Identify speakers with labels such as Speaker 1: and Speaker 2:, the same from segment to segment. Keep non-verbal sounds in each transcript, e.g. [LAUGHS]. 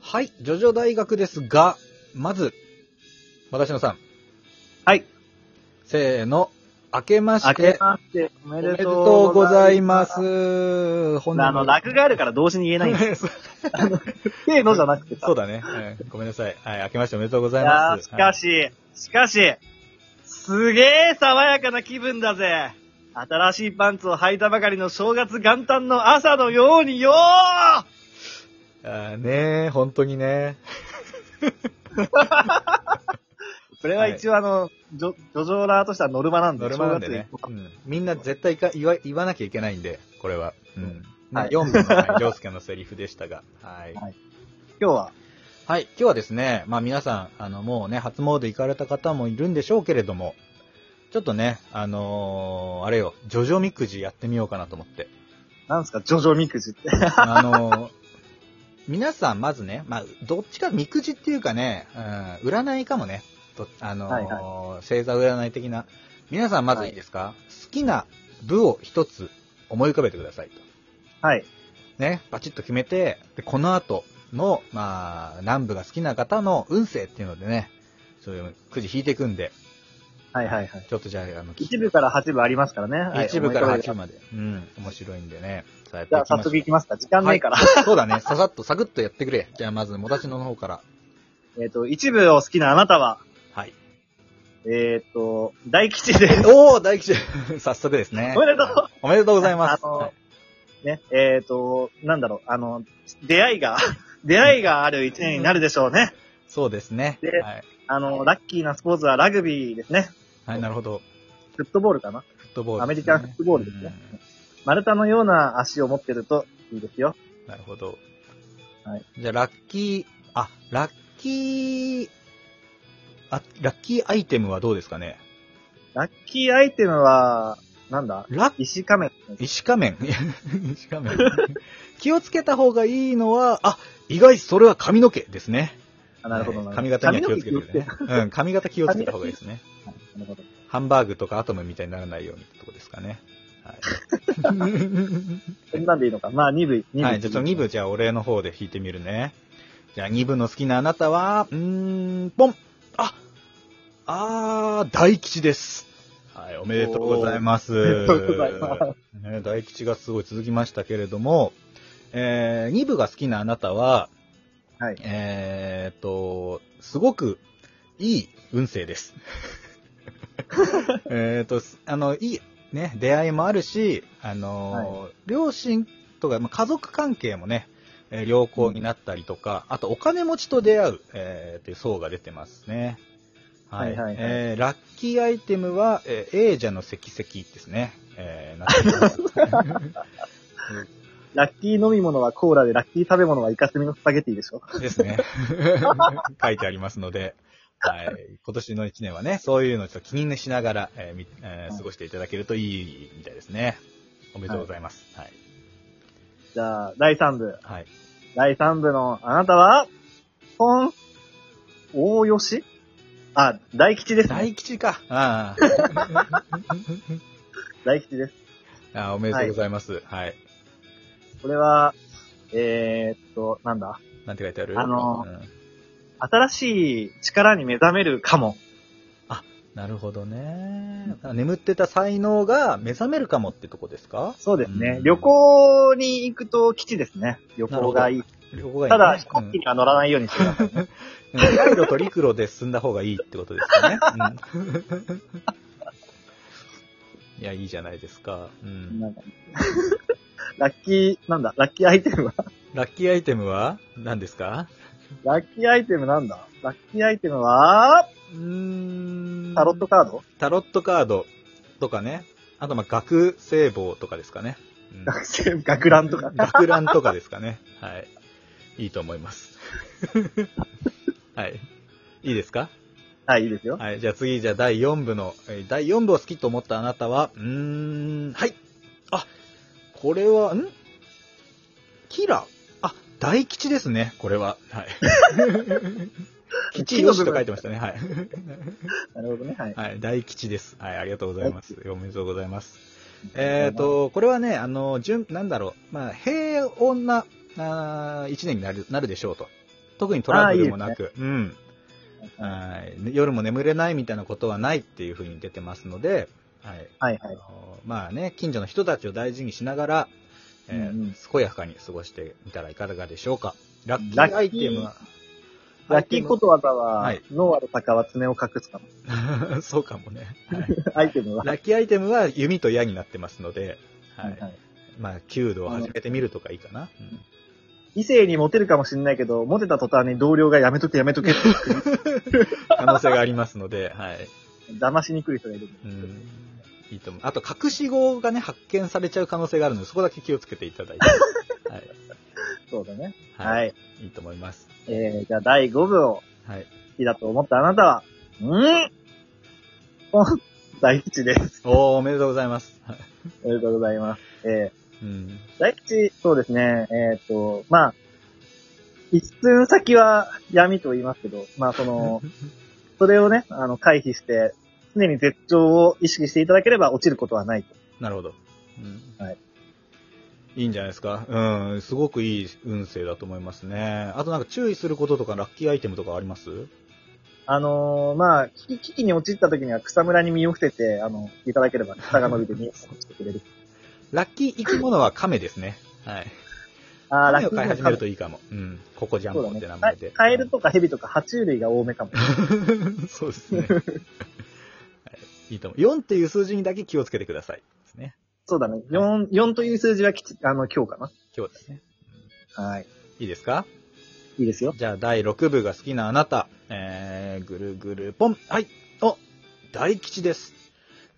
Speaker 1: はい、ジョジョ大学ですが、まず、私のさん。
Speaker 2: はい。
Speaker 1: せーの、明けまし
Speaker 2: 明け
Speaker 1: て、
Speaker 2: まして、
Speaker 1: お
Speaker 2: お
Speaker 1: め
Speaker 2: め
Speaker 1: で
Speaker 2: で
Speaker 1: と
Speaker 2: と
Speaker 1: うご
Speaker 2: うご
Speaker 1: ざ
Speaker 2: ざ
Speaker 1: い
Speaker 2: い
Speaker 1: ま
Speaker 2: ます
Speaker 1: す。本
Speaker 2: あの、楽があるから同時に
Speaker 1: [LAUGHS]
Speaker 2: 言えないんで
Speaker 1: そ
Speaker 2: す。
Speaker 1: う
Speaker 2: せーのじゃなくてさ。
Speaker 1: そうだね、はいごめんなさい。はい、明けましておめでとうござ
Speaker 2: い
Speaker 1: い
Speaker 2: や
Speaker 1: ま
Speaker 2: ー
Speaker 1: す。
Speaker 2: しかし、しかし、すげー爽やかな気分だぜ。新しいパンツを履いたばかりの正月元旦の朝のようによー
Speaker 1: はいあーねー、本当に
Speaker 2: [LAUGHS]
Speaker 1: ね。
Speaker 2: これは一応あの、ジョ、ジョジョラーとしてはノルマなんで、
Speaker 1: ノルマなんでね
Speaker 2: 正。月
Speaker 1: う
Speaker 2: に
Speaker 1: んみんな絶対いか言わ言わなきゃいけないんで、これは。うん。
Speaker 2: は
Speaker 1: ね
Speaker 2: い
Speaker 1: 読んでも [LAUGHS] ない、ジョースケのセリフでしたが。はい。
Speaker 2: 今日は、
Speaker 1: はい、今日はですね、まあ皆さん、あの、もうね、初詣行かれた方もいるんでしょうけれども、ちょっとね、あのーあれよ、ジョジョみくじやってみようかなと思って。 [LAUGHS]
Speaker 2: なんすか、ジョジョみくじって。 [LAUGHS]
Speaker 1: あのー皆さんまずね、まあ、どっちかみくじっていうかね、うん、占いかもね、とあのー
Speaker 2: はい
Speaker 1: 星座占い的な。皆さんまずいいですか、好きな部を一つ思い浮かべてくださいと。
Speaker 2: はい。
Speaker 1: ね、バチッと決めて、で、この後の、まあ、南部が好きな方の運勢っていうのでね、そういうくじ引いていくんで、
Speaker 2: はいはいはい。
Speaker 1: ちょっとじゃあ、あの、
Speaker 2: 一部から八部ありますからね。はい
Speaker 1: 一部から
Speaker 2: 思い浮
Speaker 1: 8
Speaker 2: かべ
Speaker 1: 部まで、うん、面白いんでね。さあ、やって
Speaker 2: じゃ
Speaker 1: い
Speaker 2: あ
Speaker 1: きまし
Speaker 2: 早
Speaker 1: ょ
Speaker 2: 速
Speaker 1: う
Speaker 2: 行きますか。時間ないから。
Speaker 1: はいそうだね、ささっと、サクッとやってくれ。じゃあ、まず、もたしのの方から。
Speaker 2: えっと、一部を好きなあなたは、
Speaker 1: はい。
Speaker 2: えっと、大吉です。
Speaker 1: おー、大吉 [LAUGHS] 早速ですね。
Speaker 2: おめでとう
Speaker 1: おめでとうございます。
Speaker 2: あの
Speaker 1: [LAUGHS] はい
Speaker 2: ね、えっ、と、なんだろう、あの、出会いが、 [LAUGHS] 出会いがある一年になるでしょうね。
Speaker 1: そうですね。
Speaker 2: で
Speaker 1: はい。
Speaker 2: あの、ラッキーなスポーツはラグビーですね。
Speaker 1: はい、なるほど。
Speaker 2: フットボールかな。
Speaker 1: フットボール、
Speaker 2: アメリカンフットボールですね丸太のような足を持ってるといいですよ。
Speaker 1: うんなるほど。
Speaker 2: はい。
Speaker 1: じゃあ、ラッキー、あ、ラッキー、あ、ラッキーアイテムはどうですかね
Speaker 2: ラッキーアイテムは、なんだ
Speaker 1: ラッ
Speaker 2: 石仮面。
Speaker 1: 石仮面。 [LAUGHS] 石仮面。
Speaker 2: [LAUGHS]
Speaker 1: 気をつけた方がいいのは、あ、意外それは髪の毛ですね。
Speaker 2: あなるほど、
Speaker 1: はい
Speaker 2: な
Speaker 1: 髪
Speaker 2: るほど。
Speaker 1: 型には気をつけて
Speaker 2: 髪の毛
Speaker 1: ね。うん、髪型気をつけた方がいいですね。
Speaker 2: なるほど。
Speaker 1: ハンバーグとかアトムみたいにならないようにってとこですかね。
Speaker 2: [LAUGHS]
Speaker 1: はい。
Speaker 2: そんなんでいいのか。まあ、二部、二部。
Speaker 1: はい、じゃあちょっと2部、。じゃあお礼の方で弾いてみるね。じゃあ2部の好きなあなたは、うーん、ポンああー、大吉です。はい、おめでとうございます。おめ
Speaker 2: でとうございま
Speaker 1: ね、大吉がすごい続きましたけれども、えー、2部が好きなあなたは、
Speaker 2: はい
Speaker 1: えーっと、すごくいい運勢です。 [LAUGHS] えーっと、すあの、いい、ね、出会いもあるし、あのー両親とか、まあ、家族関係もね、えー良好になったりとか、あとお金持ちと出会う、えーっていう層が出てますね。はい。
Speaker 2: はいはいはい
Speaker 1: えーラッキーアイテムは、えー、英者の石石ですね。えー、なってます。 [LAUGHS]
Speaker 2: ラッキー飲み物はコーラで、ラッキー食べ物はイカスミのスパゲティでしょ。
Speaker 1: ですね。 [LAUGHS] 書いてありますので、はい。今年の一年はね、そういうのをちょっと気にしながら、えーみえー過ごしていただけるといいみたいですね。おめでとうございます。はい。
Speaker 2: じゃあ、第三部。
Speaker 1: はい。
Speaker 2: 第3部のあなたは、ポン、大吉あ、大吉です、ね。
Speaker 1: 大吉か。あ
Speaker 2: [LAUGHS] 大吉です。
Speaker 1: あ。あーおめでとうございます。はい。
Speaker 2: これは、えー、っと、なんだ。
Speaker 1: なんて書いてある
Speaker 2: あのー
Speaker 1: うん
Speaker 2: 新しい力に目覚めるかも。
Speaker 1: なるほどね。眠ってた才能が目覚めるかもってとこですか
Speaker 2: そうですね。
Speaker 1: うん
Speaker 2: 旅行に行くと吉ですね。旅行がいい。
Speaker 1: 旅行がいいね、
Speaker 2: ただ、飛行機
Speaker 1: うん
Speaker 2: には乗らないようにしてください。
Speaker 1: うん海路と陸路で進んだ方がいいってことですよね。うんいや、いいじゃないですか。うん
Speaker 2: なんか [LAUGHS] ラッキー、なんだ、ラッキーアイテムは [LAUGHS]
Speaker 1: ラッキーアイテムは何ですか
Speaker 2: ラッキーアイテムなんだラッキーアイテムは、
Speaker 1: うーん
Speaker 2: タロットカード [LAUGHS]
Speaker 1: タロットカードとかね。あと、まあ、学聖棒とかですかね。うん
Speaker 2: 学生、学ランとか。
Speaker 1: 学ランとかですかね。はい。いいと思います。はい。いいですか
Speaker 2: はい、いいです
Speaker 1: [LAUGHS]
Speaker 2: よ。
Speaker 1: はい。じゃあ次、じゃあ第4部の、えー第4部を好きと思ったあなたは、うーん、はい。あ、これは、んキラあ、大吉ですね、これは。はい。吉よしと書いてましたね。はい。
Speaker 2: なるほどね。はい。
Speaker 1: はい、大吉です。はい、ありがとうございます。おめでとうございます。えっ、と、これはね、あの、順、なんだろう、まあ、平穏な、あ1年になる、なるでしょうと。特にトラブルもなく、うん。はい。夜も眠れないみたいなことはないっていうふうに出てますので、はい。
Speaker 2: はい
Speaker 1: あ
Speaker 2: はい。
Speaker 1: のまあね、近所の人たちを大事にしながら、えー
Speaker 2: うんうん
Speaker 1: 健やかに過ごしてみたらいかがでしょうか。ラッキ
Speaker 2: ラッキ
Speaker 1: ー
Speaker 2: ー
Speaker 1: アイテムは、
Speaker 2: ラッキーことわざは、
Speaker 1: はい
Speaker 2: ノーアルタカは爪を隠すかも。
Speaker 1: [LAUGHS] そうかもね。はい
Speaker 2: アイテムは。
Speaker 1: ラッキーアイテムは弓と矢になってますので、はい。
Speaker 2: はい
Speaker 1: まあ、弓道を始めてみるとかいいかな。うん
Speaker 2: 異性にモテるかもしれないけど、モテた途端に同僚がやめとけやめと
Speaker 1: [LAUGHS]
Speaker 2: けって
Speaker 1: 可能性がありますので、 [LAUGHS] はい。
Speaker 2: 騙しに来る人がいる。
Speaker 1: うん。いいと思う。あと、隠し語がね、発見されちゃう可能性があるので、そこだけ気をつけていただいて。 [LAUGHS] はい。
Speaker 2: そうだね。はい。
Speaker 1: い。いいと思います。
Speaker 2: えー、じゃあ第5部を
Speaker 1: はい。
Speaker 2: 好きだと思ったあなたは、んポン大吉です。
Speaker 1: おー、おめでとうございます。はい
Speaker 2: おめでとうございます。え
Speaker 1: うん。
Speaker 2: ー、大吉、そうですね。えっ、と、まあ、一寸先は闇と言いますけど、まあその、それをね、あの、回避して、常に絶頂を意識していただければ落ちることはないと。
Speaker 1: [LAUGHS] なるほど。うん。
Speaker 2: はい。
Speaker 1: いいんじゃないですかうん。すごくいい運勢だと思いますね。あとなんか注意することとかラッキーアイテムとかあります
Speaker 2: あのーまあ、危機危機に陥った時には草むらに身を伏せて、あの、いただければ草が伸びて見えしてくれる。
Speaker 1: ラッキー生き物は亀ですね。はい。
Speaker 2: ああ、
Speaker 1: 亀
Speaker 2: 楽
Speaker 1: を
Speaker 2: に
Speaker 1: 飼い始めるといいかも。うん。ココジャン
Speaker 2: そう
Speaker 1: ボ
Speaker 2: だ
Speaker 1: っ
Speaker 2: ね
Speaker 1: て名前で。。
Speaker 2: カエルとかヘビとか爬虫類が多めかも。
Speaker 1: [LAUGHS] そうですね。はい、いいと思う。4っていう数字にだけ気をつけてください。ですね。
Speaker 2: そうだね。4、四という数字はきち、あの、今日か
Speaker 1: 今日ですね。
Speaker 2: な。はい。
Speaker 1: いいですか
Speaker 2: いいですよ。
Speaker 1: じゃあ、第6部が好きなあなた。えー、ぐるぐるポン。はい。お、大吉です。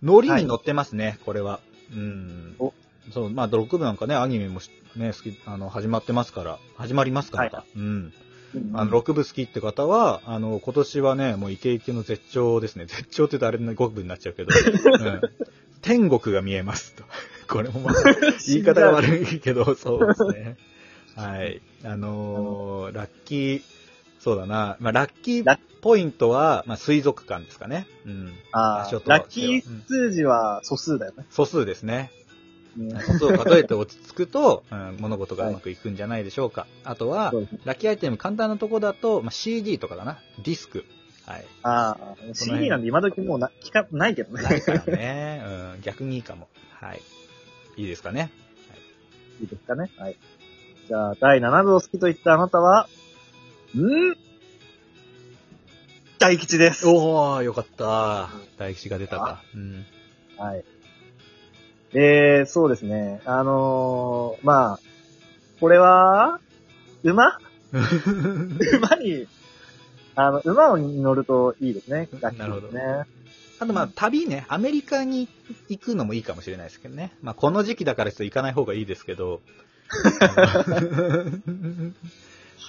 Speaker 1: ノリに乗ってますね、これは。うん。
Speaker 2: お
Speaker 1: そう、まあ、6部なんかね、アニメもしね、好き、あの、始まってますから、始まりますから、
Speaker 2: は
Speaker 1: うん。あ
Speaker 2: あ
Speaker 1: の、6部好きって方は、あの、今年はね、もうイケイケの絶頂ですね。絶頂って言うとあれの5部になっちゃうけど、うん、天国が見えますと。 [LAUGHS] これもまあ、言い方が
Speaker 2: い。
Speaker 1: 悪いけど、そうですね。はい。あのーラッキー、そうだな。まあ、ラッキーポイントは、まあ、水族館ですかね。うん。
Speaker 2: [LAUGHS] あ
Speaker 1: ちょっ
Speaker 2: ー
Speaker 1: と
Speaker 2: ラッキー数字は素数だよね。
Speaker 1: 素数ですね。
Speaker 2: うん
Speaker 1: 素数を数えて落ち着くと、うん、物事がうまくいくんじゃないでしょうか。あとは
Speaker 2: そ、うですね
Speaker 1: ラッキーアイテム、簡単なとこだと、まあ、CD とかだな。ディスク。はい。
Speaker 2: ああ、
Speaker 1: その辺
Speaker 2: CD なんて今時もうな、聞か、ないけどね。
Speaker 1: ないから [LAUGHS] ね。うん、逆にいいかも。はい。いいですかね。
Speaker 2: いいですかね。はい。じゃあ、第7部を好きと言ったあなたは、ん大吉です。
Speaker 1: おー、よかった。大吉が出たか。うん。
Speaker 2: はい。えー、そうですね。あのー、まあ、これは、馬馬に、あの、馬に乗るといいですね。楽器
Speaker 1: なるほど
Speaker 2: ですね。
Speaker 1: [LAUGHS] あとまあ、旅ね、アメリカに行くのもいいかもしれないですけどね。まあ、この時期だからちょっと行かない方がいいですけ [LAUGHS] ど、 [LAUGHS]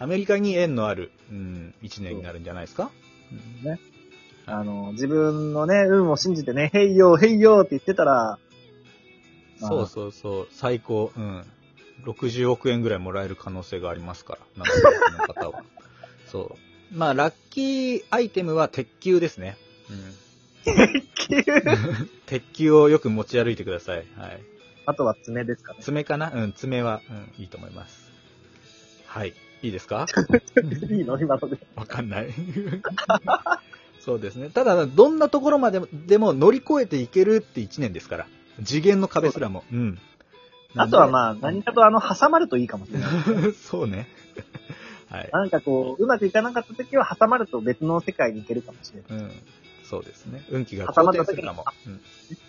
Speaker 1: アメリカに縁のある、うん、一年になるんじゃないですか。うん
Speaker 2: ねあの、自分のね、運を信じてね、へいよ、へいよって言ってたら、 [LAUGHS]
Speaker 1: そうそうそう、最高、うん。60億円ぐらいもらえる可能性がありますから、なんかこの方 [LAUGHS] は。そう。まあ、ラッキーアイテムは鉄球ですね。うん。 [LAUGHS] 鉄球をよく持ち歩いてください。はい。
Speaker 2: あとは爪ですかね。
Speaker 1: 爪かなうん、爪は、うん、いいと思います。はい。いいです [LAUGHS] か
Speaker 2: いいの今ので。
Speaker 1: わかんない。 [LAUGHS] そうですね。ただ、どんなところまでもでも乗り越えていけるって1年ですから。次元の壁すらも。うん。
Speaker 2: あとは
Speaker 1: あ。
Speaker 2: まあ、何かとあの、挟まるといいかもしれない。
Speaker 1: [LAUGHS] そうね。はい。
Speaker 2: なんかこう、うまくいかなかった時は挟まると別の世界に行けるかもしれない。
Speaker 1: うん。そうですね。運気が好
Speaker 2: 頭の
Speaker 1: 転するかも。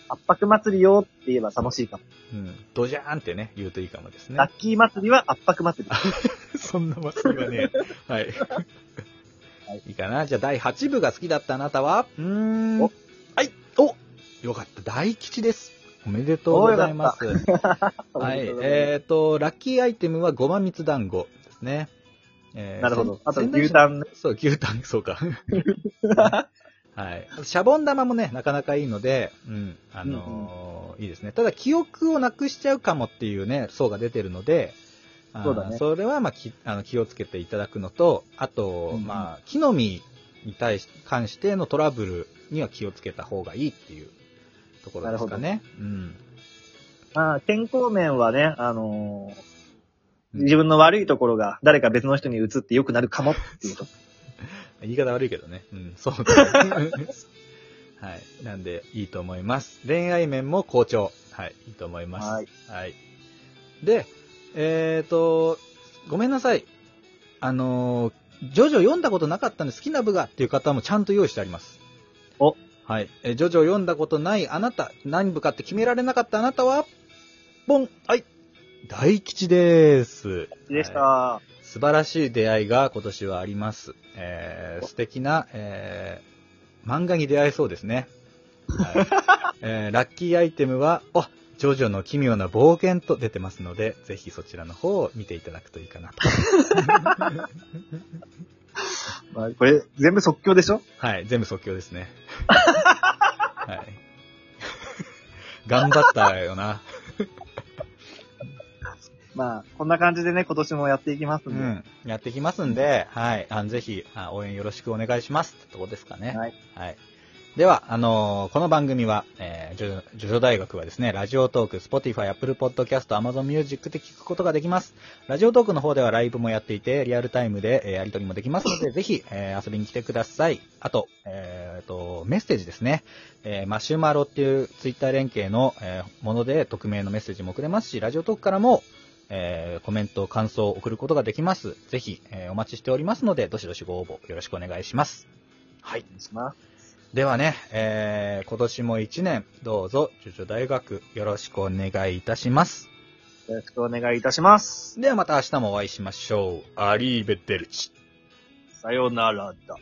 Speaker 2: 圧迫祭りよって言えば楽しいかも。
Speaker 1: うん。うん。ドジャーンってね、言うといいかもですね
Speaker 2: ラ。ッキー祭りは圧迫祭り。
Speaker 1: [LAUGHS] そんな祭りは
Speaker 2: [LAUGHS]
Speaker 1: ね。はい。いいかな。じゃあ、第8部が好きだったあなたはうーん。は
Speaker 2: お
Speaker 1: い。およかった。大吉です。おめでとうございます。はい。えっ、ー、と、ラッキーアイテムはごま蜜団子ですね。えー
Speaker 2: なるほど。あと、
Speaker 1: 仙台
Speaker 2: 牛
Speaker 1: 市の
Speaker 2: タンね。
Speaker 1: そう、牛タン、そう
Speaker 2: [LAUGHS]
Speaker 1: か。はい。シャボン玉もね、なかなかいいので、うん、あのーいいですね。ただ、記憶をなくしちゃうかもっていうね、層が出てるので、あー
Speaker 2: そうだね
Speaker 1: それは、まあ、きあの気をつけていただくのと、あと、
Speaker 2: うんうん
Speaker 1: まあ、木の実に対し、関してのトラブルには気をつけた方がいいっていうところですかね。うん。
Speaker 2: あー健康面はね、あのー自分の悪いところが誰か別の人に移って良くなるかもって [LAUGHS] いうと。
Speaker 1: 言い方悪いけどね。うん、そうだね。 [LAUGHS] はい。なんで、いいと思います。恋愛面も好調。はい、いいと思います。
Speaker 2: はい。
Speaker 1: はい。で、えっ、と、ごめんなさい。あのー、ジョジョ読んだことなかったんで好きな部がっていう方もちゃんと用意してあります。
Speaker 2: お
Speaker 1: はい。えー、ジョジョ読んだことないあなた、何部かって決められなかったあなたは、ポンはい大吉です。
Speaker 2: でした。
Speaker 1: はい素晴らしい出会いが今年はあります。えー素敵な、えー漫画に出会えそうですね。 [LAUGHS] はいえーラッキーアイテムは、あジョジョの奇妙な冒険と出てますので、ぜひそちらの方を見ていただくといいかなと。 [LAUGHS]
Speaker 2: まあこれ、全部即興でしょ
Speaker 1: はい、全部即興ですね。はい。頑張ったよな。
Speaker 2: まあ、こんな感じでね、今年もやっていきます
Speaker 1: うん
Speaker 2: で。
Speaker 1: ん。やってきますんで、はい。あぜひ、あ応援よろしくお願いします。ってとこですかね。
Speaker 2: はい。
Speaker 1: はい。では、あのーこの番組は、えージョジョジョジョ大学はですね、ラジオトーク、Spotify、Apple Podcast、Amazon Music で聞くことができます。ラジオトークの方ではライブもやっていて、リアルタイムで、えーやり取りもできますので、ぜひ、えー遊びに来てください。あと、えーと、メッセージですね。えーマシュマロっていうツイッター連携の、えーもので、匿名のメッセージも送れますし、ラジオトークからも、えーコメント、感想を送ることができます。ぜひ、えーお待ちしておりますので、どしどしご応募よろしくお願いします。はい
Speaker 2: お。願いします。
Speaker 1: ではね、えー今年も一年、どうぞ、ジョジョ大学、よろしくお願いいたします。
Speaker 2: よろしくお願いいたします。
Speaker 1: ではまた明日もお会いしましょう。アリーベッテルチ。
Speaker 2: さよならだ。